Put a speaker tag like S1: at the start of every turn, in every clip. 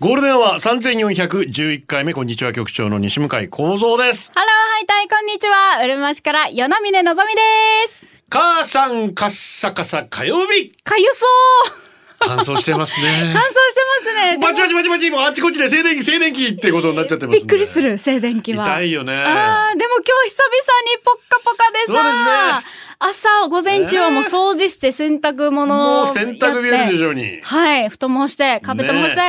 S1: ゴールデンは三千四百十一回目こんにちは局長の西向井光三です。
S2: ハロー、ハイタイ、こんにちは。うるま市から、よなみねのぞみです。
S1: 母さんカッサカサ火曜日
S2: かゆそう
S1: 乾燥してますね
S2: 乾。燥してますね。
S1: バチバチバチバチもうあっちこっちで静電気静電気ってことになっちゃってます、
S2: びっくりす。る、静電気は。
S1: 痛いよね。
S2: あーでも今日久々にポッカポカで
S1: そうです
S2: さ
S1: ね、
S2: 朝、午前中はもう掃除して洗濯物
S1: も
S2: を
S1: う
S2: やって。
S1: 洗濯日和のように
S2: はい、布団も干して、壁とも干して、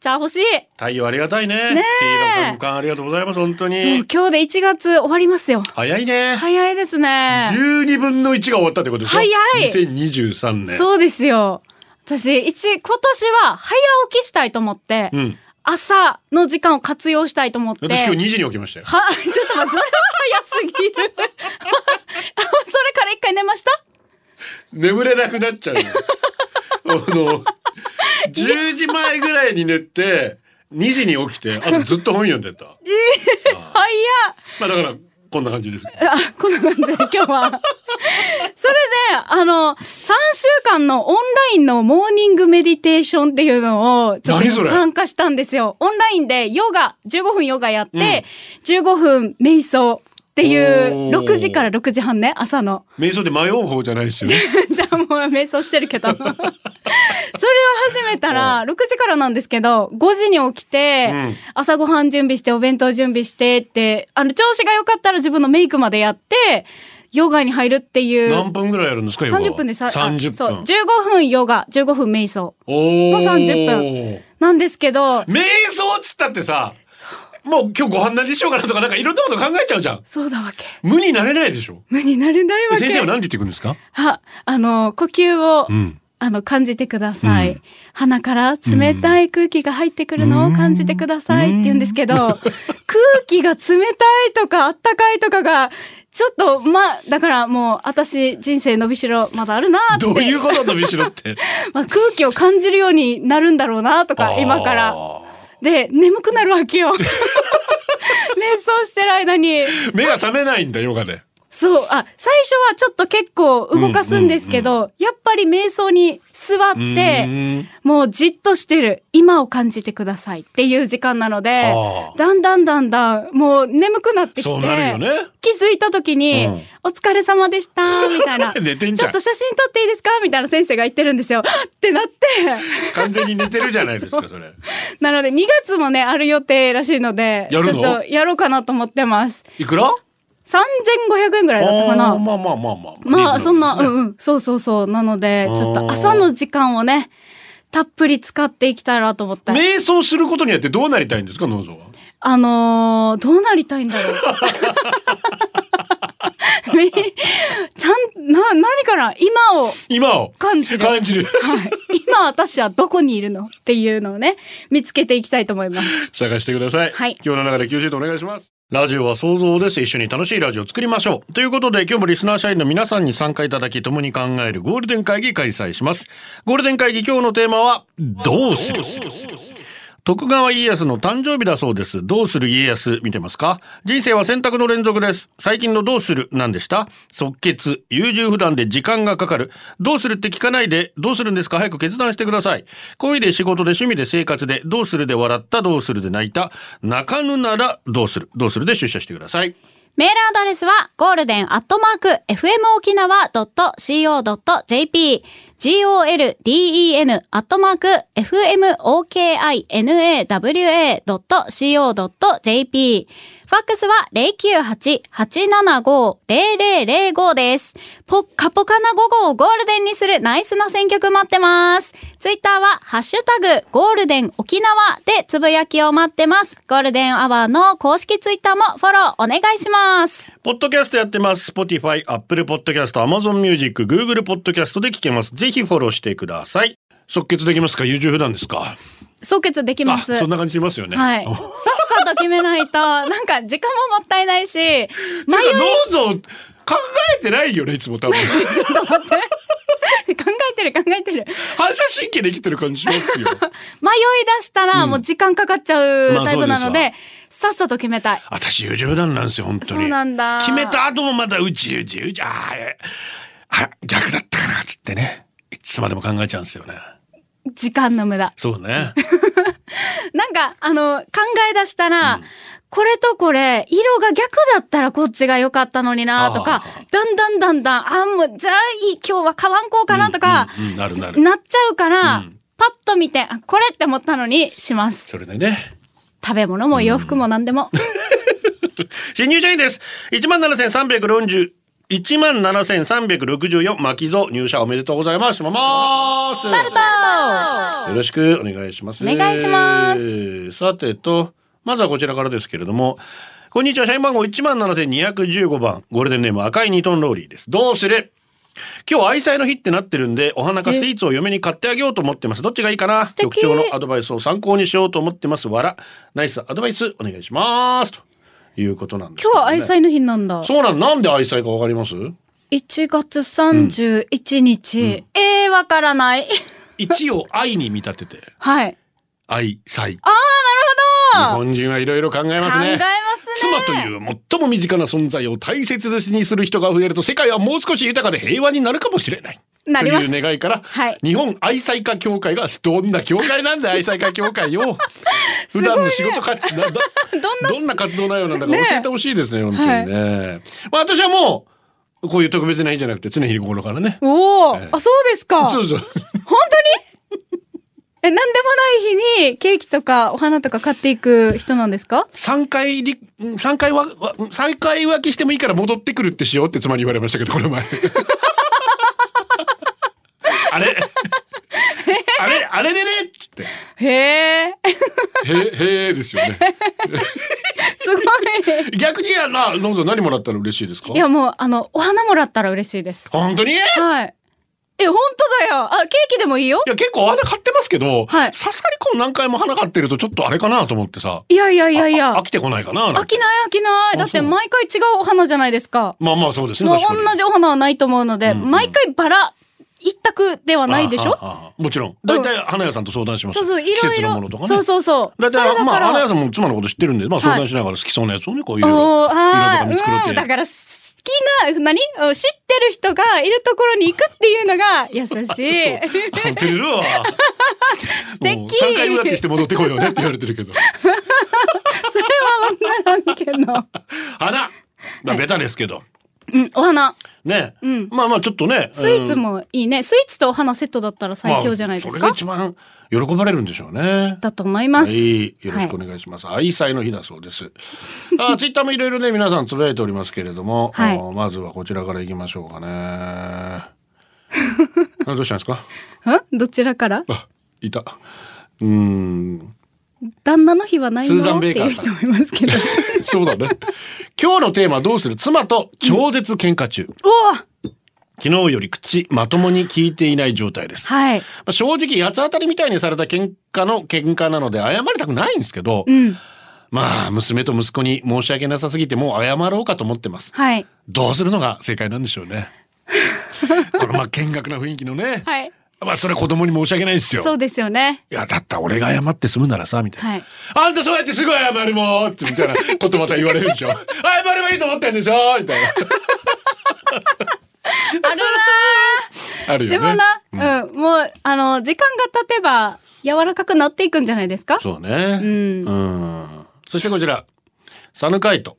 S2: 茶欲しい。
S1: 太陽ありがたいね。ねティーの交換ありがとうございます本当
S2: も
S1: に
S2: う。今日で1月終わりますよ。
S1: 早いね。
S2: 早いですね。
S1: 十二分の一が終わったってことでしょ。
S2: 早い
S1: 二千二十三年。
S2: そうですよ。私、一、今年は早起きしたいと思って、
S1: うん。
S2: 朝の時間を活用したいと思って。
S1: 私今日二時に起きましたよ。
S2: は、ちょっと待って、それは早すぎる。 それから一回寝ました
S1: 眠れなくなっちゃう のあの10時前ぐらいに寝て2時に起きてあとずっと本読んでた
S2: はい
S1: まあだからこんな感じです
S2: や。あ、こんな感じで今日は。 それで、あの、3週間のオンラインのモーニングメディテーションっていうのを、ちょっ
S1: 何そ
S2: と
S1: れ
S2: 参加したんですよ。オンラインでヨガ、15分ヨガやっ
S1: うん
S2: て、15分瞑想っていう、
S1: おー
S2: 6時から6時半ね、朝の。
S1: 瞑想で迷う方じゃないですよね
S2: じゃあもう瞑想してる けど。それを始めたら、6時からなんですけど、5時に起きて、
S1: うん
S2: 朝ごはん準備して、お弁当準備してって、あの、調子が良かったら自分のメイクまでやって、ヨガに入るっていう。
S1: 何分ぐらいやるんですか今
S2: 30分でさ、あ
S1: 30
S2: そう、
S1: 分
S2: 15分ヨガ、15分瞑想。
S1: おー
S2: もう30分なんですけど、
S1: 瞑想っつったってさもう今日ご飯何しようかなとかなんかいろんなこと考えちゃうじゃん
S2: そうだわけ。
S1: 無になれないでしょ
S2: 無になれないわけ。
S1: 先生は何て言ってくるんですか
S2: あ、あの、呼吸を、
S1: うん
S2: あの、感じてくださ
S1: う
S2: い。
S1: ん
S2: 鼻から冷たい空気が入ってくるのを感じてくださいって言うんですけど、空気が冷たいとかあったかいとかが、ちょっと、ま、だからもう、私、人生伸びしろまだあるなって。
S1: どういうこと伸びしろって
S2: まあ、空気を感じるようになるんだろうなとか、今から。
S1: あ
S2: で、眠くなるわ けよ。瞑想してる間に。
S1: ー目が覚めないんだヨガで
S2: そう、あ、最初はちょっと結構動かすんですけど、やっぱり瞑想に座って、
S1: うん
S2: もうじっとしてる。今を感じてくださいっていう時間なので
S1: はあ、
S2: だんだんだんだん、もう眠くなってきて、
S1: そうなるよね
S2: 気づいた時に、
S1: うん
S2: お疲れ様でした、みたいな。
S1: 寝てんじ
S2: ち
S1: ゃ
S2: ょ
S1: ん
S2: っと写真撮っていいですかみたいな先生が言ってるんですよ。ってなって。
S1: 完全に寝てるじゃないですか、それ。
S2: なので2月もね、ある予定らしいので、ち
S1: や
S2: ょ
S1: るの
S2: っとやろうかなと思ってます。
S1: いくら
S2: 3500円ぐらいだったか
S1: あー
S2: な。
S1: まあまあまあまあ。
S2: まあ、そんな、うん
S1: ん。
S2: うん。そうそうそう。なので
S1: あ、ー
S2: ちょっと朝の時間をね、たっぷり使っていきたいなと思って。
S1: 瞑想することによってどうなりたいんですか、脳臓は。
S2: あのー、どうなりたいんだろう。 めちゃん、な、何から今を
S1: 今を
S2: 感じる。は
S1: 感じる。
S2: い。今私はどこにいるのっていうのをね、見つけていきたいと思います。
S1: 探してください。
S2: はい
S1: 今日の流れ、教えてお願いします。ラジオは想像です。一緒に楽しいラジオを作りましょう。ということで、今日もリスナー社員の皆さんに参加いただき、共に考えるゴールデン会議開催します。ゴールデン会議、今日のテーマは、どうする徳川家康の誕生日だそうです。どうする家康見てますか人生は選択の連続です。最近のどうするなんでした即決、優柔不断で時間がかかる。どうするって聞かないで、どうするんですか早く決断してください。恋で仕事で趣味で生活で、どうするで笑った、どうするで泣いた。泣かぬならどうするどうするで出社してください。
S2: メールアドレスは、ゴールデンアットマーク、fmokinawa.co.jp、golden アットマーク、fmokinawa.co.jp、ファックスは098-875-0005です。ポッカポカな午後をゴールデンにするナイスな選曲待ってます。ツイッターは、ハッシュタグ、ゴールデン沖縄でつぶやきを待ってます。ゴールデンアワーの公式ツイッターもフォローお願いします。
S1: ポッドキャストやってます。Spotify、Apple Podcast、Amazon Music、Google Podcast で聞けます。ぜひフォローしてください。即決できますか優柔不断ですか
S2: 即決できます。
S1: あ、そんな感じしますよね。
S2: はい。さっさうと決めな いと、なんか時間ももったいないし、迷い
S1: なんかどうぞ考えてないよねいつも 多分
S2: ちょっと待って。 考えてる考えてる。迷い
S1: 反射神経できてる感じしますよ
S2: 出したらもう時間かかっちゃ
S1: まあ
S2: うタイプな
S1: そう
S2: の
S1: ですわ
S2: で、さっさと決めたい。
S1: 私優柔乱なんですよ本当に
S2: そうなんだ
S1: 決めた後もまたうちうちうちあーあ逆だったかなっつってねいつまでも考えちゃうんですよね
S2: 時間の無駄。
S1: そうね
S2: なんか、あの、考え出したら、これとこれ、色が逆だったらこっちが良かったのになと
S1: あ
S2: か、だんだんだんだん、あ、もう、じゃあいい、今日は買わんこうかなとか、
S1: うんうんうん なるなる
S2: なっちゃうから、
S1: うん
S2: パッと見て、あ、これって思ったのにします。
S1: それでね
S2: 食べ物も洋服も何でも。
S1: 新入社員です17,340 17,364巻き蔵入社おめでとうございますします
S2: サルト
S1: よろしくお願いします。
S2: お願いします。
S1: さてと、まずはこちらからですけれども、こんにちは、社員番号17,215番、ゴールデンネーム赤いニトンローリーです。どうする今日愛妻の日ってなってるんで、お花かスイーツを嫁に買ってあげようと思ってます。どっちがいいかな
S2: 敵
S1: 局長のアドバイスを参考にしようと思ってます。わら。ナイスアドバイスお願いします。ということなんですけどね、
S2: 今日は愛妻の日なんだ。
S1: そうなん、なんで愛妻かわかり ます
S2: 1月31日。ええー、わからない。
S1: 一を愛に見立てて、
S2: はい。
S1: 愛妻。日
S2: ああ、
S1: 本人はいろいろ考えます
S2: 考え
S1: ね。
S2: ますね。
S1: 妻という最も身近な存在を大切にする人が増えると世界はもう少し豊かで平和になるかもしれない。
S2: なります
S1: という願いから、
S2: はい
S1: 日本愛妻家協会がどんな協会なんだよ愛妻家協会 よ普段の仕事か、など
S2: どんな
S1: どんな活動内容なんだか
S2: ね
S1: 教えてほしいですね本当にね、まあ、私はもうこういう特別な日じゃなくて常日頃からね
S2: おお、
S1: ええ
S2: あ、そうですか。
S1: そうそう
S2: 本当にえ、なんでもない日にケーキとかお花とか買っていく人なんですか
S1: 3回り3回は三回浮気してもいいから戻ってくるってしようって妻に言われましたけどこ の前あれあれあれでねっつって
S2: へえ、
S1: 「へへーですよね
S2: すごい。
S1: 逆にやなノブさん何もらったら嬉しいですか
S2: いや、もう、あの、お花もらったら嬉しいです。
S1: 本当にい
S2: はい。え、本当だよ。あ、ケーキでもいいよ。
S1: や結構お花買ってますけど
S2: はい
S1: さすがにこう何回も花買ってるとちょっとあれかなと思ってさ
S2: いやいやいやいや。
S1: あ飽きてこないかななんて
S2: 飽きない飽きない。だっ
S1: あ
S2: て
S1: そう
S2: 毎回違うお花じゃないですか。
S1: まあまあそうですね
S2: もう
S1: 確かに
S2: 同じお花はないと思うので、
S1: うんうん
S2: 毎回バラ一択ではないでしょ
S1: ああああもちろん大体花屋さんと相談します
S2: そうそう、いろ
S1: 季
S2: い
S1: 節の
S2: ろ
S1: ものとか。ね
S2: そうそうそう。
S1: だいたい
S2: それ
S1: まあ、
S2: から
S1: 花屋さんも妻のこと知ってるんで、まあ、相談しながら好きそうなやつをね、こういろいろ、色
S2: おー
S1: と
S2: あ
S1: か見繕っ
S2: ー
S1: て。
S2: うん、だから好きな、何うん知ってる人がいるところに行くっていうのが 優しい。
S1: そう。照れるわ。素
S2: 敵
S1: 3回裏ってして戻ってこいよねって言われてるけど。
S2: それはわからんけど。
S1: 花まあ、ベタですけど。
S2: うん、お花。
S1: ね。
S2: ん
S1: まあまあ、ちょっとね。
S2: スイーツ
S1: うん
S2: もいいね。スイーツとお花セットだったら最強じゃないです
S1: ま
S2: か
S1: あ。それが一番喜ばれるんでしょうね。
S2: だと思います。
S1: はい、よろしくお
S2: はい
S1: 願いします。愛妻の日だそうです。あ、ツイッターもいろいろね、皆さんつぶやいておりますけれども、
S2: はい
S1: あまずはこちらから行きましょうかね。あどうしたんですか。
S2: んどちらから
S1: あ、いた。うーん、
S2: 旦那の日はない
S1: スーザ
S2: の
S1: ン
S2: っ
S1: ベ
S2: て
S1: ーカー
S2: いう人もいます けど。
S1: そうだね。今日のテーマどうする妻と超絶喧嘩中。
S2: おー
S1: 昨日より口まともに聞いていない状態です。
S2: はい。
S1: まあ正直八つ当たりみたいにされた喧嘩の喧嘩なので謝りたくないんですけど、
S2: うん。
S1: まあ娘と息子に申し訳なさすぎてもう謝ろうかと思ってます。
S2: はい。
S1: どうするのが正解なんでしょう ね。このまあ見学な雰囲気のね、
S2: はい。
S1: まあそれは子供に申し訳ないですよ。
S2: そうですよね。
S1: いや、だったら俺が謝って済むならさ、みたいな。
S2: はい
S1: あんたそうやってすぐ謝るもんって、みたいなことまた言われるで しょ。謝ればいいと思ってんでしょみたいな。
S2: あるな
S1: あるよね。
S2: でもな、うん、もう、あの、時間が経てば、柔らかくなっていくんじゃないですか
S1: そうね。
S2: うん
S1: うんそしてこちら。サヌカイト。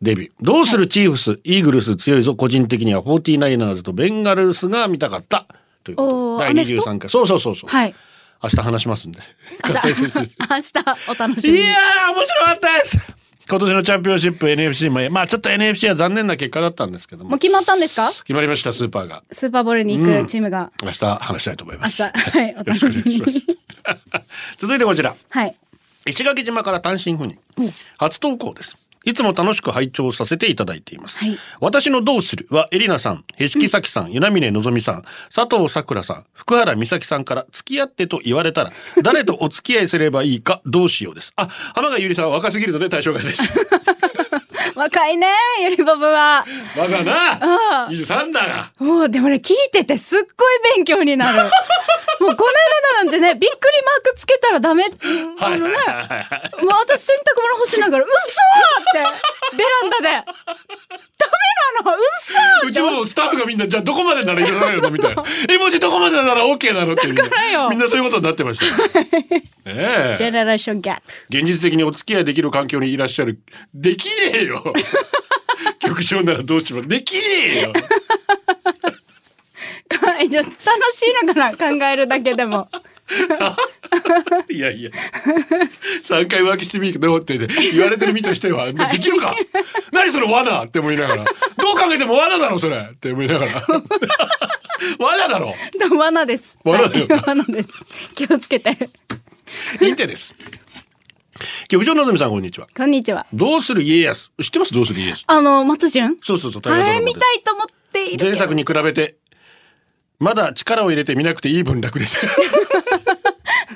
S1: デビュー。どうするチーフス、イーグルス強いぞ。個人的には 49ers とベンガルスが見たかった。ということ
S2: おー
S1: で。第
S2: アメフト
S1: 23回。そうそうそうそう。
S2: はい。
S1: 明日話しますんで。
S2: 明日、
S1: 活躍する
S2: 明日お楽し
S1: い
S2: み
S1: や
S2: に。
S1: ー、面白かったです今年のチャンピオンシップ NFC 前、まあちょっと NFC は残念な結果だったんですけど
S2: も
S1: も
S2: う、決まったんですか
S1: 決まりました、スーパーが。
S2: スーパーボールに行くチームが。
S1: 明日話したいと思います。
S2: 明日はい
S1: よろしくお願いします
S2: お楽しみ。
S1: 続いてこちら。
S2: はい。
S1: 石垣島から単身赴任。初投稿です。いつも楽しく拝聴させていただいています。
S2: はい
S1: 私のどうするはエリナさん、へしきさきさん、ゆなみねのぞみさん、佐藤さくらさん、福原美咲さんから付き合ってと言われたら、誰とお付き合いすればいいかどうしようです。あ、浜賀ゆりさんは若すぎるので対象外です。
S2: 若いね、ゆりぼぶは。
S1: まだな、23だが。
S2: もう、でもね、聞いててすっごい勉強 になる。もう、この間なんてね、びっくりマークつけたらダメ。あのね、もう私洗濯物干しながら、うっそーって、ベランダで。ダメなのうっそう
S1: ちもスタッフがみんな、じゃあどこまでなら許されるのみ たいな。絵文字どこまでなら OK なのっていう。
S2: だからよ
S1: みんなそういうことになってま したよ。ね
S2: ジェ
S1: え。
S2: ネレーションギャップ。
S1: 現実的にお付き合いできる環境にいらっしゃる。できねえ よ。局長ならどうしろ。できねえ よ。
S2: はい、じゃあ楽しいのかな考えるだけでも。
S1: いやいや。3回浮気してみるどうって言われてる身として は、できるか。何それ罠って思いながら。どう考えても罠だろ、それって思いな がら。罠だろ。
S2: 罠です。
S1: 罠だよな
S2: はい 罠です。気をつけて。
S1: 認定です。局長のぞみさん、こんにちは。
S2: こんにちは。
S1: どうする家康。知ってますどうする家康。
S2: あの、松潤
S1: そうそうそう、大
S2: あ
S1: 河
S2: れ
S1: ドラマ
S2: 見
S1: で
S2: たいと思っているけど。
S1: 前作に比べて、まだ力を入れて見なくていい分楽 です。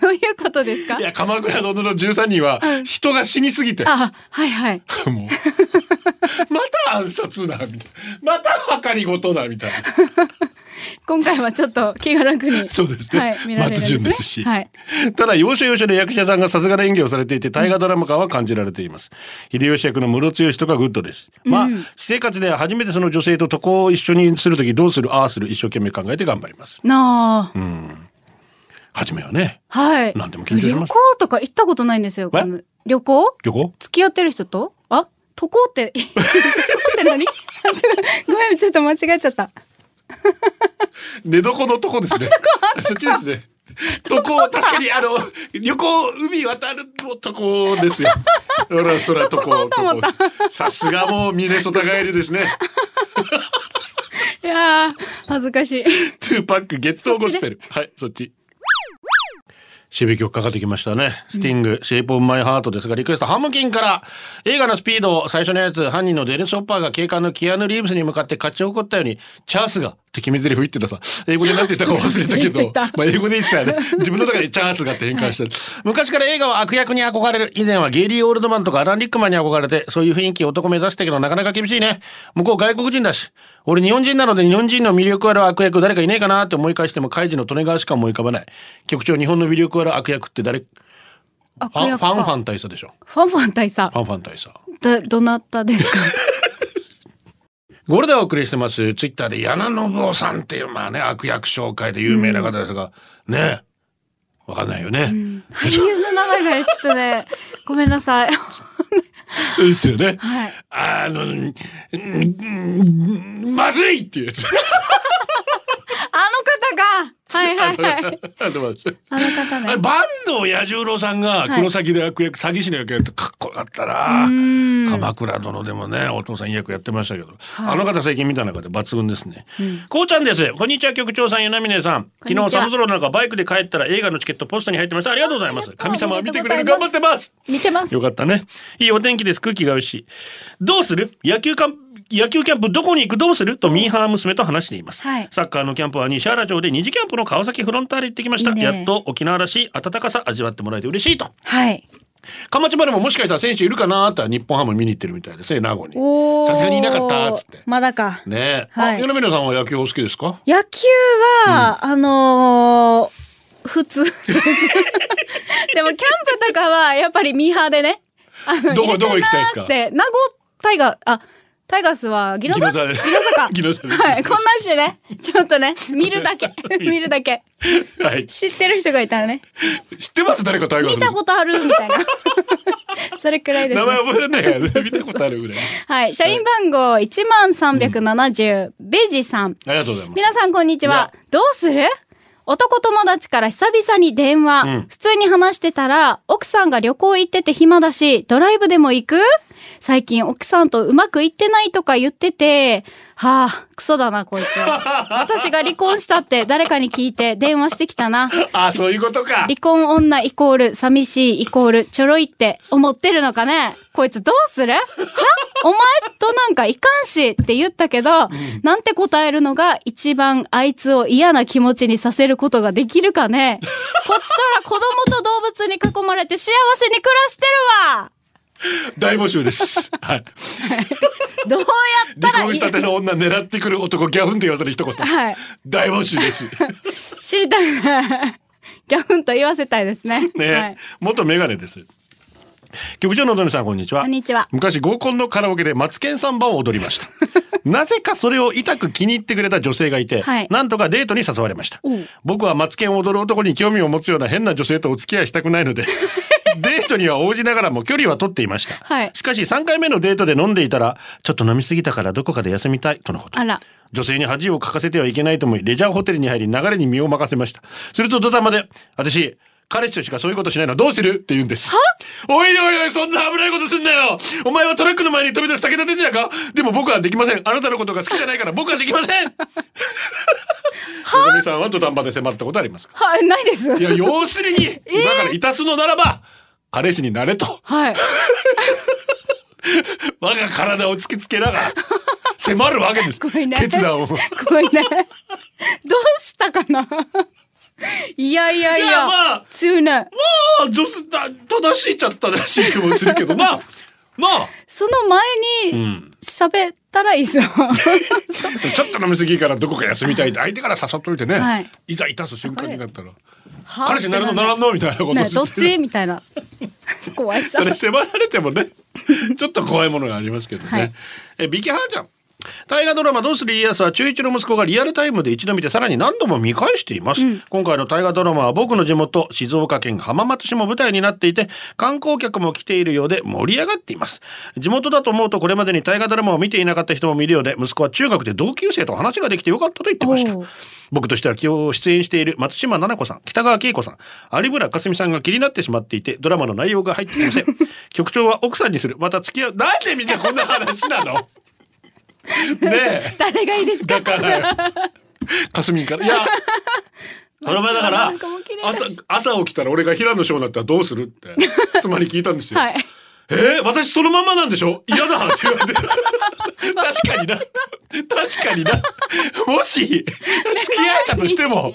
S2: どういうことですか
S1: いや、鎌倉殿の13人は、人が死にすぎて、
S2: あ、はいはい。
S1: もう。 また暗殺だ、みたいな。また計り事だ、みたいな。
S2: 今回はちょっと気が楽に。
S1: そうですね
S2: はい、見られるん
S1: 松潤ですし
S2: はい。
S1: ただ要所要所で役者さんがさすがの演技をされていて大河ドラマ感は感じられています秀吉役の室強とかグッドですまあ、私生活では初めてその女性と渡航を一緒にする時どうするああする一生懸命考えて頑張ります
S2: なあ、
S1: 初めはね
S2: はい。
S1: なんでも緊張し
S2: 旅
S1: ま
S2: 行
S1: す
S2: とか行ったことないんですよ。
S1: え
S2: この旅行
S1: 旅行
S2: 付き合ってる人とあ渡航って、 渡航って何 ちょっとごめん、ちょっと間違えちゃった。
S1: 寝床のとこ ですねそっちですね渡航確かにあの旅行海渡るのとこ ですよ俺はそれは渡航
S2: と思った
S1: 渡航さすがもうミネソタ帰りですね
S2: いやー、恥ずかしい。
S1: トゥーパックゲットゴスペル、はいそっち渋い曲かかってきましたね。スティング、シェイプオブマイハートですが、リクエスト、ハムキンから、映画のスピード、最初のやつ、犯人のデニス・ホッパーが警官のキアヌ・リーブスに向かって勝ち誇ったように、チャンスが、って決め台詞言ってたさ、英語で何て言ったか忘れたけど、まあ英語で言ってたよね。 自分の中でチャンスがって変換した。昔から映画は悪役に憧れる。以前はゲイリー・オールドマンとかアラン・リックマンに憧れて、そういう雰囲気男目指してたけど、なかなか厳しいね。向こう外国人だし。俺日本人なので日本人の魅力ある悪役誰かいねえかなって思い返しても、カイジの利根川しか思い浮かばない。局長、日本の魅力ある悪役って誰
S2: あ、
S1: ファンファンファ
S2: ン。
S1: ン大佐でしょ。
S2: ファンファン大佐
S1: フ。ァンファン大佐。
S2: だ、どなたです か
S1: ゴールでお送りしてます。ツイッターで、柳信夫さんっていう、まあね、悪役紹介で有名な方ですが、ねえ、わかんないよね。
S2: 俳優の名前がちょっとね、ごめんなさい。
S1: うですよね。
S2: はい。
S1: あの、んんまずいっていうやつ。
S2: あの方がはいはいはい。
S1: あのまあ
S2: あの方
S1: あれ
S2: ね。
S1: 坂東彌十郎さんが黒崎で悪役、詐欺師の役やってかっこよかったな
S2: うん
S1: 鎌倉殿でもねお父さんいい役やってましたけど、あの方最近見た中で抜群ですね、こうちゃんですこんにちは局長さんゆなみねさん
S2: こんにち
S1: 昨
S2: は
S1: 日寒空の中バイクで帰ったら映画のチケットポストに入ってましたありがとうございます神様は見てくれる頑張ってます
S2: 見てます
S1: よ。かったね。いいお天気です。空気が美味しい。どうする野球か野球キャンプどこに行くどうするとミーハー娘と話しています、
S2: はい
S1: サッカーのキャンプは西原町で二次キャンプの川崎フロンターレ行ってきました
S2: いいね
S1: やっと沖縄らしい暖かさ味わってもらえて嬉しいと
S2: はい。
S1: 蒲町までももしかしたら選手いるかなーって日本ハム見に行ってるみたいですね名護に
S2: おー。
S1: さすがにいなかったーっつって
S2: まだか。
S1: ねえ、
S2: はい
S1: あ米宮さんは野球お好きですか
S2: 野球は、あのー普通です。でもキャンプとかは、やっぱりミーハーでね。あの
S1: どこどこ行きたいです
S2: だ
S1: か
S2: って、名護タイガー、あ、タイガースはギロザ、ギ
S1: ギロザ
S2: ロ
S1: です
S2: ザか。
S1: ギロザです
S2: はい、こんなんしてね。ちょっとね、見るだけ。見るだ け。
S1: はい
S2: 知ってる人がいたらね、
S1: 知ってます誰かタイガー
S2: 見
S1: ス
S2: た
S1: の
S2: ことあるみたい な。それくらいです、
S1: 名
S2: ね。
S1: 前覚えられないからね見たことあるぐらい
S2: はい、社員番号1370、ベジさん。
S1: ありがとうございます
S2: 皆さんこんにち
S1: い
S2: は
S1: や。
S2: どうする男友達から久々に電話、
S1: うん
S2: 普通に話してたら、奥さんが旅行行ってて暇だし、ドライブでも行く最近奥さんとうまくいってないとか言ってて、はあ、クソだ な、こいつ。私が離婚したって誰かに聞いて電話してきたな。
S1: あ、そういうことか。
S2: 離婚女イコール寂しいイコールちょろいって思ってるのかねこいつどうするはお前となんかいかんしって言ったけど、なんて答えるのが一番あいつを嫌な気持ちにさせることができるかねこっちとら子供と動物に囲まれて幸せに暮らしてるわ
S1: 大募集です。はい。
S2: どうやったら
S1: 離
S2: い
S1: 婚
S2: い
S1: したての女狙ってくる男ギャフンと言わせる一言。
S2: はい。
S1: 大募集 です。
S2: 知りたい。ギャフンと言わせたいですね。
S1: ね、
S2: はい、
S1: 元メガネです。局長のぞみさん、こんにちは。
S2: こんにちは
S1: 昔合コンのカラオケでマツケンサンバを踊りま した。なぜかそれを痛く気に入ってくれた女性がいて、
S2: はい
S1: なんとかデートに誘われました
S2: おう。
S1: 僕はマツケンを踊る男に興味を持つような変な女性とお付き合いしたくない ので。デートには応じながらも距離は取っていました、
S2: はい
S1: しかし3回目のデートで飲んでいたらちょっと飲みすぎたからどこかで休みたいとのこと
S2: あら。
S1: 女性に恥をかかせてはいけないと思い、レジャーホテルに入り、流れに身を任せました。するとドタマで、私、彼氏としかそういうことしないのどうするって言うんです。おいおいおい、そんな危ないことすんなよお前はトラックの前に飛び出す武田鉄矢かでも僕はできません。あなたのことが好きじゃないから僕はできま せんのぞみさんは土壇場で迫ったことありますか
S2: はい、ないです。
S1: いや、要するに、今からいたすのならば、彼氏になれと、
S2: はい。
S1: 我が体を突きつけながら、迫るわけです。
S2: ごめんね
S1: 決断を。
S2: これね。どうしたかないやいやいや。
S1: いやまあ
S2: 強いね。
S1: まあ、女性だ、正しいっちゃ正しい気もするけ ど、まあ、まあ、
S2: その前に喋ったらいいぞ。
S1: ちょっと飲みすぎからどこか休みたいって相手から誘っといてね、
S2: はいい、
S1: ざいたす瞬間になったら、
S2: は
S1: 彼氏になるのならんのみたいなこと
S2: ねどっ
S1: してね
S2: ちみたいな。怖いさ
S1: そ。れ迫られてもね、 ちょっと怖いものがありますけどね。
S2: はい
S1: え、ビキハーちゃん。大河ドラマ「どうする家康」は中1の息子がリアルタイムで一度見てさらに何度も見返しています、今回の大河ドラマは僕の地元静岡県浜松市も舞台になっていて観光客も来ているようで盛り上がっています地元だと思うとこれまでに大河ドラマを見ていなかった人も見るようで息子は中学で同級生と話ができてよかったと言ってました
S2: おう
S1: 僕としては今日出演している松島菜々子さん北川景子さん有村架純さんが気になってしまっていてドラマの内容が入ってき ません局長は奥さんにするまた付き合うなんでみんなこんな話な のねえ
S2: 誰がいいですか
S1: だからかすみんからい やこの前だから
S2: なんかもう綺麗だし
S1: 朝朝起きたら俺が平野翔になったらどうするって妻に聞いたんですよ、
S2: はい。
S1: えー私そのままなんでしょ嫌だって言われて確かにな確かになもし付き合えたとしても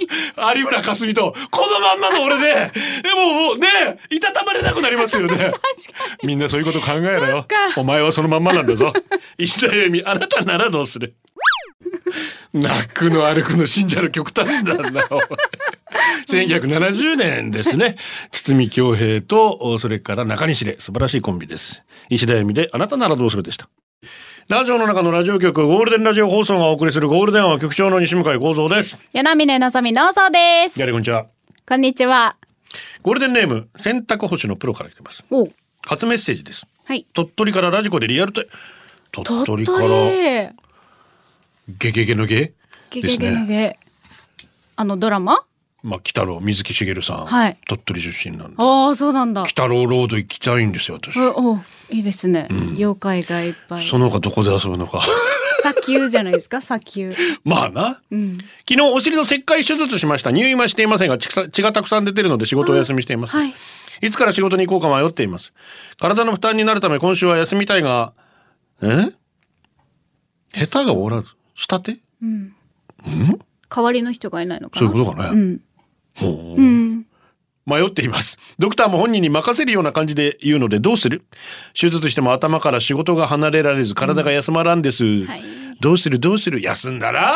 S1: 有村架純とこのまんまの俺ででももうねいたたまれなくなりますよねみんなそういうこと考えろよお前はそのまんまなんだぞ石田由美あなたならどうする泣くの歩くの信者の極端なんだな。お前1970年ですね。堤京平と、おそれから中西で素晴らしいコンビです。石田由美で、あなたならどうするでした。ラジオの中のラジオ局、ゴールデンラジオ放送がお送りするゴールデンは局長の西向井幸三です。
S2: 柳峰のぞみのぞです
S1: や。れこんにちは。
S2: こんにちは。
S1: ゴールデンネーム、洗濯保守のプロから来てます。
S2: おう
S1: 初メッセージです。
S2: はい。
S1: 鳥取からラジコでリアルタイ鳥取
S2: 鳥
S1: から、
S2: 取。
S1: ゲゲゲのゲ
S2: ゲ
S1: で
S2: ゲ
S1: す
S2: ゲ
S1: ね。
S2: ゲ。あのドラマ
S1: まあ、北郎、水木しげるさん、
S2: はい
S1: 鳥取出身なんで。
S2: ああ、そうなんだ。
S1: 北郎ロード行きたいんですよ、私。
S2: おおいいですね、妖怪がいっぱい
S1: その他どこで遊ぶのか。
S2: 砂丘じゃないですか砂丘
S1: まあな。
S2: うん
S1: 昨日お尻の切開手術しました。入院はしていませんが、血が血がたくさん出てるので仕事をお休みしています。
S2: はい
S1: いつから仕事に行こうか迷っています。体の負担になるため今週は休みたいが、え下手がおらず、下手
S2: 代わりの人がいないのか
S1: そう
S2: な
S1: いうことか
S2: う
S1: ね。
S2: ん
S1: ほう
S2: うん
S1: 迷っています。ドクターも本人に任せるような感じで言うのでどうする手術しても頭から仕事が離れられず体が休まらんです。
S2: はい
S1: どうするどうする休んだら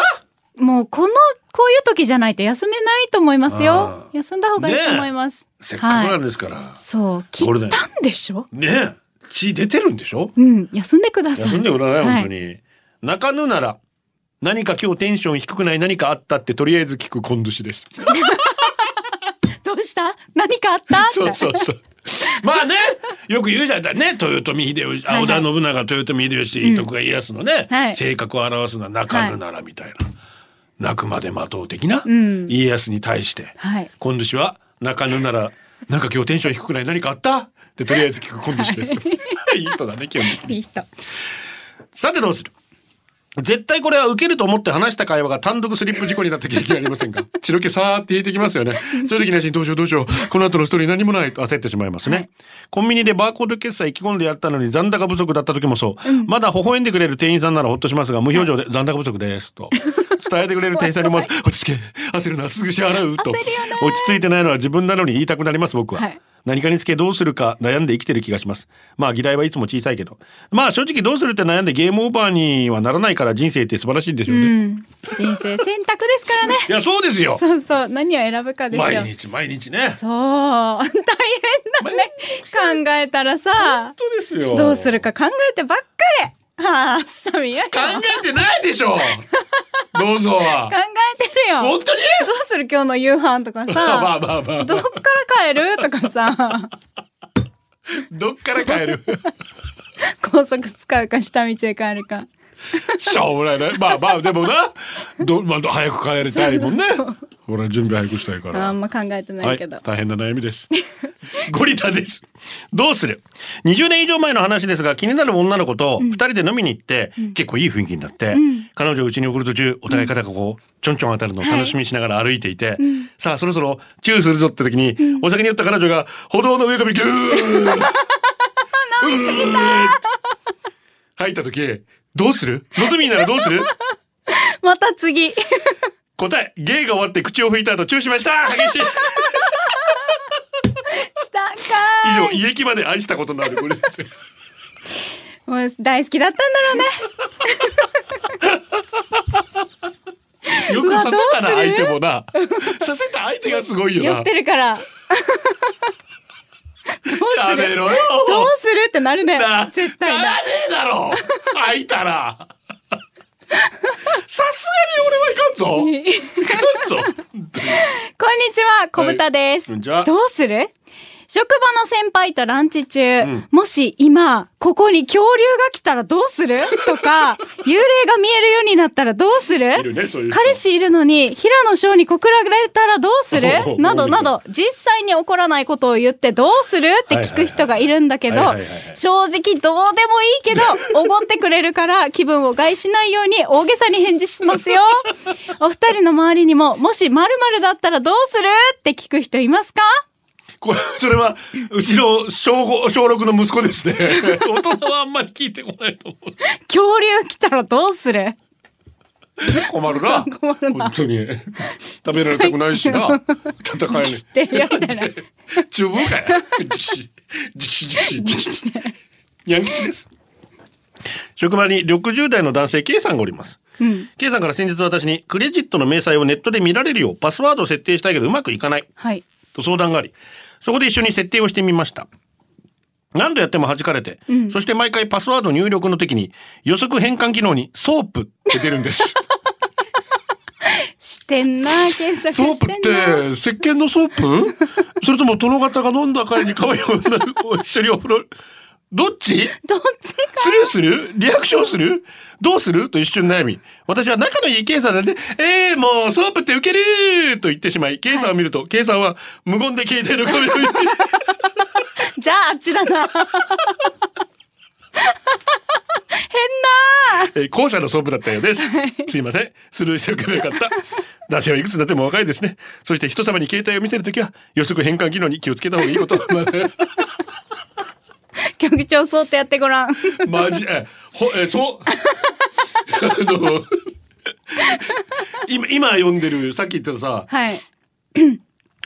S2: もうこのこういう時じゃないと休めないと思いますよ
S1: あー
S2: 休んだ方がいいと思います、
S1: せっかくな
S2: は
S1: ん
S2: い、
S1: ですから。
S2: そう切
S1: これだ
S2: っ
S1: よ
S2: たんでしょ
S1: ねえ血出てるんでしょ
S2: うん休んでください
S1: 休んでください、本当
S2: は
S1: に。泣かぬなら、何か今日テンション低くない何かあったってとりあえず聞く今年です。
S2: どうした何かあった
S1: そうそうそう。まあね、よく言うじゃんね、豊臣秀吉、あ
S2: はい
S1: 織
S2: は
S1: 田
S2: い
S1: 信長、豊臣秀吉、徳川家康のね、
S2: はい
S1: 性格を表すのは泣かぬならみたいな。泣くまで待とう的な、
S2: うん
S1: 家康に対して、
S2: はい
S1: 今年は泣かぬなら、なんか今日テンション低くない何かあったでとりあえず聞くコント 師ですいい人だね基本的に
S2: いい人。
S1: さてどうする絶対これは受けると思って話した会話が単独スリップ事故になった経験ありませ んか血の気さーって引いてきますよね。そういう時にどうしようどうしよう。この後のストーリー何もないと焦ってしまいますね。コンビニでバーコード決済意気込んでやったのに残高不足だった時もそう。まだ微笑んでくれる店員さんならほっとしますが、無表情で残高不足です と。伝えてくれる店員さんにも落ち着け焦るなすぐ支払うと
S2: 焦るよね
S1: 落ち着いてないのは自分なのに言いたくなります僕は、
S2: はい
S1: 何かにつけどうするか悩んで生きてる気がしますまあ議題はいつも小さいけどまあ正直どうするって悩んでゲームオーバーにはならないから人生って素晴らしいんでしょ
S2: う
S1: うね、い
S2: ん。人生選択ですからね。
S1: やそうですよ
S2: そうそう。何を選ぶかですよ
S1: 毎。日毎日ね
S2: そう。 大変だね。考えたらさ、
S1: 当ですよ
S2: どうするか考えてばっかり。 はあ、さみやよ。
S1: 考
S2: 考
S1: えてないでし ょどうぞは
S2: えてるよ。
S1: 本当に
S2: どうする今日の夕飯と か
S1: まあまあ
S2: さ。
S1: まあまあ
S2: どっから帰るとかさ、
S1: どっから帰る
S2: 高速使うか下道へ帰るか。
S1: しょうもないねまあまあでもなど、まあ、早く帰りたいもんね俺は準備早くしたいから
S2: あんま考えてないけど
S1: はい、。大変な悩み ですゴリラですどうする20年以上前の話ですが気になる女の子と2人で飲みに行って、結構いい雰囲気になって、彼女をうちに送る途中お互い肩がこうちょんちょん当たるのを楽しみにしながら歩いていて、さあそろそろチューするぞって時に、お酒に酔った彼女が歩道の上髪ギュ ー飲みすぎた入った時どうするのぞみならどうする
S2: また次。
S1: 答え芸が終わって口を拭いた後チューしました激しい
S2: したか
S1: 以上
S2: ーい
S1: 胃液まで愛したことのあるゴリラです
S2: もう大好きだったんだろうね
S1: よく刺せたな
S2: うわどう
S1: 相
S2: する
S1: 手もな刺せた相手がすごいよ
S2: 酔
S1: な
S2: ってる からど
S1: やめろよ
S2: うするってなるね
S1: な
S2: 絶対
S1: ならね
S2: な
S1: えだろ開いたらさすがに俺はいかんぞいかんぞ
S2: こんにちは小豚です、
S1: こんにちは
S2: どうする職場の先輩とランチ中、
S1: ん
S2: もし今、ここに恐竜が来たらどうすると か、幽霊が見えるようになったらどうする
S1: いるねそういう人
S2: 彼氏いるのに、平野翔に告られたらどうす
S1: おお
S2: るなど
S1: 多いね
S2: など、実際に起こらないことを言ってどうするって聞く人がいるんだけど
S1: はいはいはいはいはいはい、
S2: 正直どうでもいいけ ど、おごってくれるから気分を害しないように大げさに返事しますよ。お二人の周りにも、もし〇〇だったらどうするって聞く人いますか
S1: これそれはうちの小五小六の息子です ね大人はあんまり聞いてこないと思う
S2: 恐竜来たらどうする
S1: 困るな
S2: 困るな
S1: 本当に食べられたくないし な戦えね
S2: 知ってるよみたいな。
S1: 厨房かよ。直視。直視直視直視。ヤンキチです。職場に60代の男性 K さんがおります。K さんから先日私にクレジットの明細をネットで見られるようパスワードを設定したいけどうまくいかない
S2: はい。
S1: と相談があり、そこで一緒に設定をしてみました。何度やっても弾かれて、そして毎回パスワード入力の時に予測変換機能にソープって出るんです。
S2: してんな検索
S1: ソー
S2: し
S1: プ
S2: てん
S1: っ
S2: な
S1: て石鹸のソー プそれとも殿方が飲んだ帰りに可愛い女の子を一緒にお風呂どっち
S2: どっちか
S1: スルーするリアクションするどうすると一瞬悩み私は仲のいい K さんなんで「えー、もうソープってウケる!」と言ってしまい K さんを見ると、K さんは無言で携帯の髪を 見て
S2: じゃああっちだな。
S1: えー後者のソープだったようですすいませんスルーしておけばよかった男性はいくつになっても若いですねそして人様に携帯を見せるときは予測変換機能に気をつけた方がいいことを学べ
S2: 局長そうってやってごらん。
S1: マジえほえそう あの今今読んでるさっき言ってたさ
S2: はい。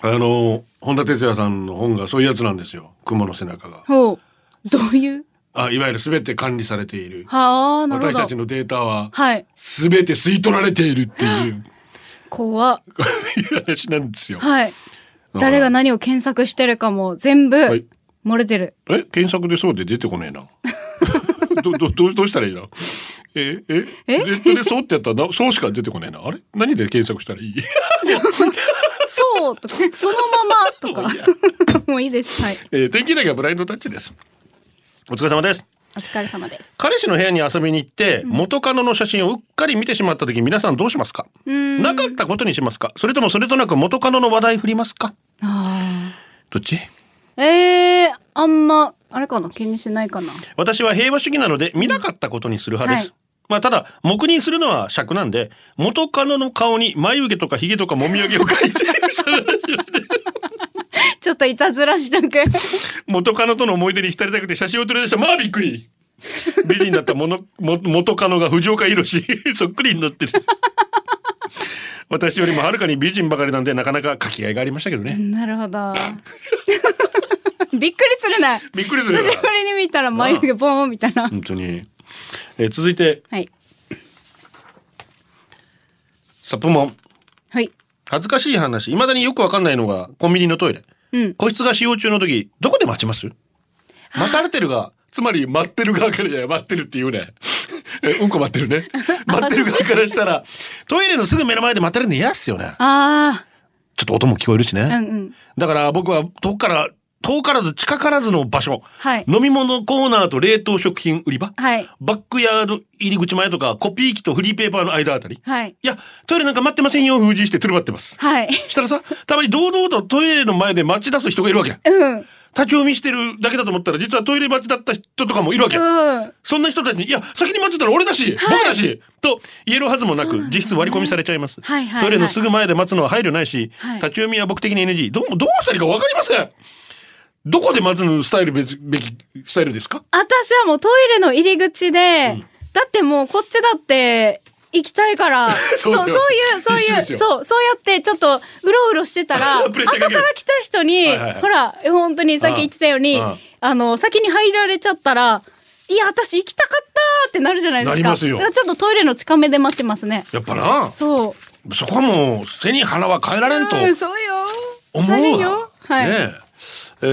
S1: あの本田哲也さんの本がそういうやつなんですよ「雲の背中が
S2: ほう。どういう」
S1: あいわゆる全て管理されている
S2: はあ、なるほ
S1: 私たち
S2: ど。
S1: のデータは
S2: はい。
S1: 全て吸い取られているっていう
S2: 怖っ
S1: いう話なんですよ。
S2: はい。誰が何を検索してるかも全部
S1: い
S2: 漏れてる。
S1: え検索でそうで出てこねえな。 どどどうどうしたらいいな。ええ
S2: え
S1: ネットでそうってやったらなそうしか出てこねえな。あれ何で検索したらいい
S2: そ うとか、そのままとか。 もういいです。はい。
S1: えー、天気だけはブラインドタッチです。お疲れ様です。
S2: お疲れ様です。
S1: 彼氏の部屋に遊びに行って、元カノの写真をうっかり見てしまった時、皆さんどうしますか
S2: うーん。
S1: なかったことにしますかそれともそれとなく元カノの話題振りますか
S2: あ
S1: どっち
S2: ーえー、あんま、あれかな気にしないかな
S1: 私は平和主義なので見なかったことにする派です。
S2: はい
S1: まあただ黙認するのは尺なんで元カノの顔に眉毛とかひげとかもみあげを描い て
S2: ちょっといたずらしとく。
S1: 元カノとの思い出に浸りたくて写真を撮り出したまあびっくり美人だったものも元カノが藤岡弘 そっくりになってる私よりもはるかに美人ばかりなんでなかなか書きがいがありましたけどね、
S2: なるほど。 びっくりするな。
S1: びっくりするよ
S2: 久しぶりに見たら眉毛ボーンみたいな。
S1: 本当に、えー続いて
S2: はい。
S1: サプモン
S2: はい。
S1: 恥ずかしい話いまだによくわかんないのがコンビニのトイレ
S2: うん。
S1: 個室が使用中の時どこで待ちます待たれてるがつまり待ってる側からいや待ってるって言うねえうんこ待ってるね待ってる側からしたらトイレのすぐ目の前で待たれるの嫌っすよね
S2: あ
S1: ちょっと音も聞こえるしね、
S2: あ。うんうん。
S1: だから僕は遠くから遠からず近からずの場所
S2: はい。
S1: 飲み物コーナーと冷凍食品売り場
S2: はい。
S1: バックヤード入り口前とかコピー機とフリーペーパーの間あたり
S2: はい。
S1: いやトイレなんか待ってませんよ封じしてトイレ待ってます
S2: はい。
S1: したらさたまに堂々とトイレの前で待ち出す人がいるわけ
S2: うん。
S1: 立ち読みしてるだけだと思ったら実はトイレ待ちだった人とかもいるわけ、
S2: うん。
S1: そんな人たちに「いや先に待ってたら俺だし、僕だし」と言えるはずもなく実質割り込みされちゃいます、
S2: はいはい
S1: トイレのすぐ前で待つのは配慮ないし、
S2: はい
S1: 立ち読みは僕的に NG どうもどうしたらいいか分かりませんどこで待つのスタイルべきべきスタイルですか
S2: 私はもうトイレの入り口で、だってもうこっちだって、行きた いから、
S1: そ
S2: そうう、
S1: よ
S2: そういう、そう
S1: 必死
S2: い
S1: で
S2: う、
S1: す
S2: そ
S1: よ
S2: う、そうやってちょっと、うろうろしてたら、後
S1: プレ
S2: か
S1: ッシャーかける
S2: ら来た人に、
S1: はいはいはい
S2: ほら、本当にさっき言ってたように、
S1: うんう
S2: あ
S1: ん
S2: の、先に入られちゃったら、いや、私行きたかったーってなるじゃないですか。
S1: なりますよ
S2: だからちょっとトイレの近めで待ちますね。
S1: やっぱな
S2: そう。
S1: そこはもう背に腹は変えられんと
S2: うん、そうよ。
S1: 思う
S2: 大変
S1: わ
S2: よ。はい。
S1: ねええ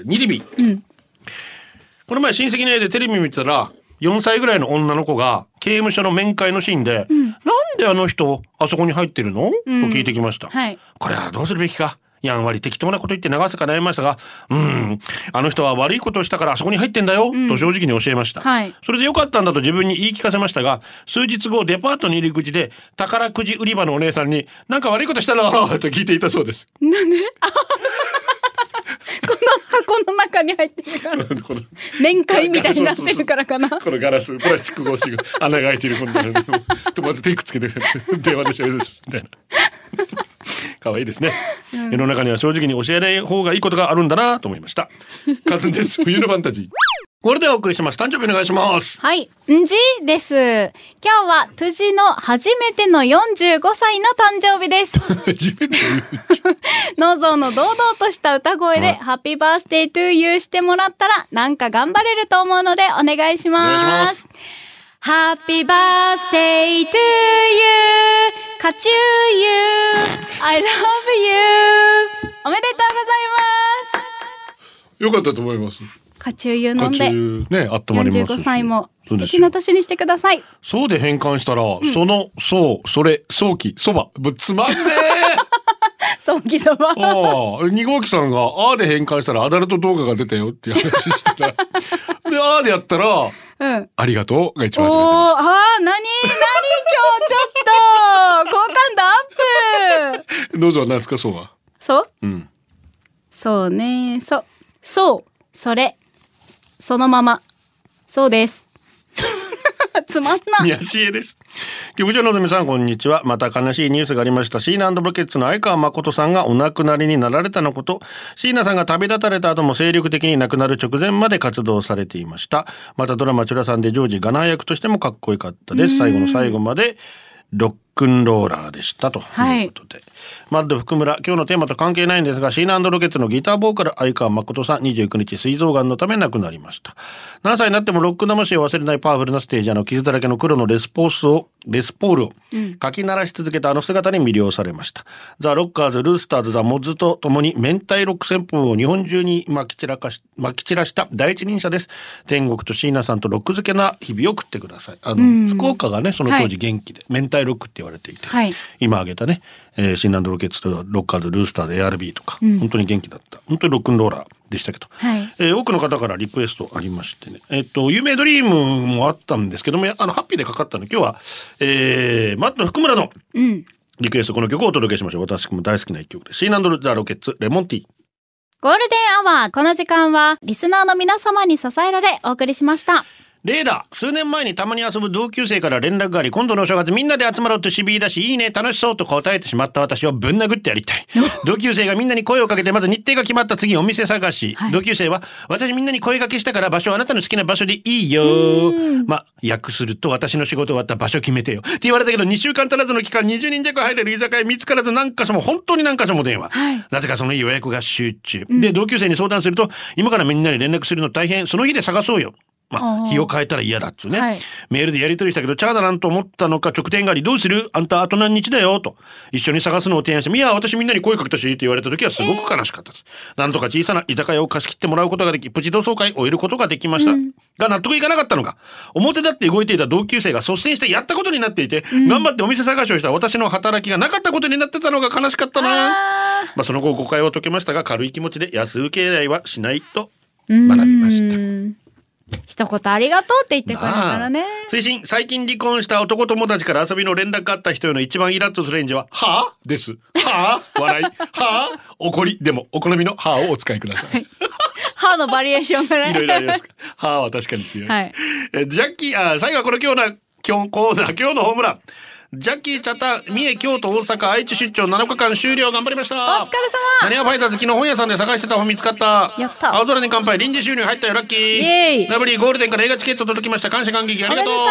S1: ー、ニリビ
S2: うん。
S1: この前親戚の家でテレビ見てたら4歳ぐらいの女の子が刑務所の面会のシーンで「なんであの人あそこに入ってるの?」と
S2: うん
S1: 聞いてきました、
S2: はい。
S1: これはどうするべきかやんわり適当なこと言って流すか悩みましたが「うんあの人は悪いことをしたからあそこに入ってんだよ」
S2: ん
S1: と正直に教えました、
S2: はい
S1: それでよかったんだと自分に言い聞かせましたが数日後デパートの入り口で宝くじ売り場のお姉さんに「なんか悪いことしたな」 と聞いていたそうです。
S2: この箱の中に入ってるから。
S1: この
S2: 面会みたいになってるからかな。
S1: このガラス、プラスチック越しに穴が開いてる本なのに、友達テイクつけて、電話でし ょです、みたいな。可愛いですね。世の中には正直に教えない方がいいことがあるんだなと思いました。カズンです。冬のファンタジー。これでお送りします。誕生日お願いします。
S2: はい、んじです。今日は、とじの初めての45歳の誕生日 です。
S1: 初めて
S2: ノゾの堂々とした歌声
S1: は
S2: で、
S1: い
S2: ハッピーバースデートゥーユーしてもらったら、なんか頑張れると思うので、お願いし
S1: お願いしま
S2: ますす。ハッピーバースデートゥーユー、カチューユー、I love you。おめでとうございま
S1: 良かったと思います。
S2: す。カチューユー飲んで、
S1: ね、あったまりますし。
S2: 45歳も
S1: そう
S2: 素
S1: です
S2: 敵な
S1: よ
S2: 年にしてください。
S1: そうで変換したら、その、そう、それ、早期、そば。ぶつまんねえ
S2: そうぎそば。
S1: ああ、2号機さんが、ああで変換したらアダルト動画が出たよっていう話してた。で、ああでやったら、
S2: うん。
S1: ありがとうが一
S2: おー
S1: 番初めてまし
S2: あー、なになに今日ちょっと好 感度アップ
S1: た。どうぞ、何ですか、そうは。
S2: そう
S1: うん。
S2: そうねそう。そう。それ。そのまま。そうです。 つまんな。
S1: 宮重です。局長のぞみさん、こんにちは。また悲しいニュースがありました。シーナブロケッツの相川誠さんがお亡くなりになられたのこと、椎名さんが旅立たれた後も精力的に亡くなる直前まで活動されていました。またドラマ、チュラさんで常時ガナー役としてもかっこよかったです。最後の最後まで、ロックンローラーでしたということで、マッド福村今日のテーマと関係ないんですがシーナロケットのギターボーカル相川誠さん29日膵臓がんのため亡くなりました何歳になってもロック魂を忘れないパワフルなステージあの傷だらけの黒のレスポースをレスポールをかき鳴らし続けたあの姿に魅了されました、ザ・ロッカーズルースターズザ・モッズとともに明太ロック旋風を日本中にまき散らかしまき散らした第一人者です天国と椎名さんとロック漬けな日々を送ってくださいあの、福岡がねその当
S2: は
S1: 時
S2: い
S1: 元気で、明太ロックって言われていて、
S2: はい
S1: 今挙げたね、えー、シンランドロケッツとロッカーズルースターズ ARB とか、本当に元気だった本当にロックンローラーでしたけど、
S2: はい
S1: えー多くの方からリクエストありましてねえっ、と有名ドリームもあったんですけどもやあのハッピーでかかったの今日は、えーマット福村の
S2: うん。
S1: リクエストこの曲をお届けしましょう私も大好きな一曲ですシーナンドルザロケッツレモンティー
S2: ゴールデンアワー、この時間は、リスナーの皆様に支えられお送りしました。
S1: レーダー数年前にたまに遊ぶ同級生から連絡があり今度のお正月みんなで集まろうとしびりだしいいね楽しそうと答えてしまった私をぶん殴ってやりた い同級生がみんなに声をかけてまず日程が決まった次お店探し、
S2: はい
S1: 同級生は私みんなに声かけしたから場所あなたの好きな場所でいいよまあ訳すると私の仕事終わった場所決めてよって言われたけど2週間足らずの期間20人弱入れる居酒屋見つからず何箇所も本当に何箇所も電話、
S2: はい
S1: なぜかその日予約が集中、で同級生に相談すると今からみんなに連絡するの大変その日で探そうよま
S2: あ
S1: あ、
S2: ー
S1: 日を変えたら嫌だっつうね、
S2: はい
S1: メールでやり取りしたけどチャーだなんと思ったのか直転があり「どうするあんたあと何日だよ」と一緒に探すのを提案して「いや私みんなに声かけたし」と言われた時はすごく悲しかったです、なんとか小さな居酒屋を貸し切ってもらうことができプチ同窓会を終えることができました、が納得いかなかったのが表立って動いていた同級生が率先してやったことになっていて、頑張ってお店探しをした私の働きがなかったことになってたのが悲しかったな
S2: あ
S1: まあ、その後誤解は解けましたが軽い気持ちで安請け合いはしないと
S2: ー
S1: 学びました
S2: うーん一言ありがとうって言ってくれたからね
S1: な。あ追伸最近離婚した男友達から遊びの連絡があった人への一番イラッとする演じは「はあ?」です「はあ?」笑い「はあ?」怒りでもお好みの「はあ?」をお使いください、
S2: 歯のバリエーションがね。
S1: い、ろいろありますが「はあ?」は確かに強い、
S2: はい
S1: えジャッキーあ最後はこの今日の今日コーナー今日のホームランジャッキー・チャタン三重京都大阪愛知出張7日間終了頑張りました
S2: お疲れ様
S1: 何やファイターズ昨日本屋さんで探してた本見つかった
S2: やった
S1: 青空に乾杯臨時収入入ったよラッキー
S2: イエイ
S1: ラブリーゴールデンから映画チケット届きました感謝感激ありがとう
S2: おめで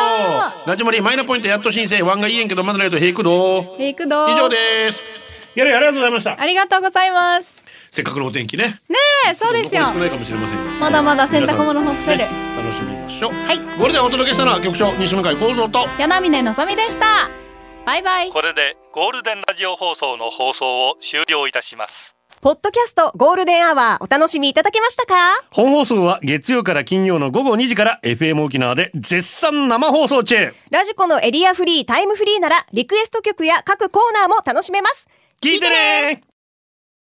S2: と
S1: ラジモリーマイナポイントやっと申請ワンがいいやんけどまだないと平くど
S2: 行くど
S1: 以上ですやるありがとうございました
S2: ありがとうございます。
S1: せっかくのお天気ね
S2: ねえ、そうですよ
S1: ちょっ。とお忙しくないかもしれませんが
S2: まだまだ洗濯物も干せる
S1: 皆さんね楽しみましょう
S2: はい。
S1: ゴールデンをお届けしたのは局長西向井光三と
S2: 柳峰のぞみでした。バイバイ。
S3: これでゴールデンラジオ放送の放送を終了いたします
S4: ポッドキャストゴールデンアワーお楽しみいただけましたか
S1: 本放送は月曜から金曜の午後2時から FM 沖縄で絶賛生放送中
S4: ラジコのエリアフリータイムフリーならリクエスト曲や各コーナーも楽しめます。
S1: 聞いてね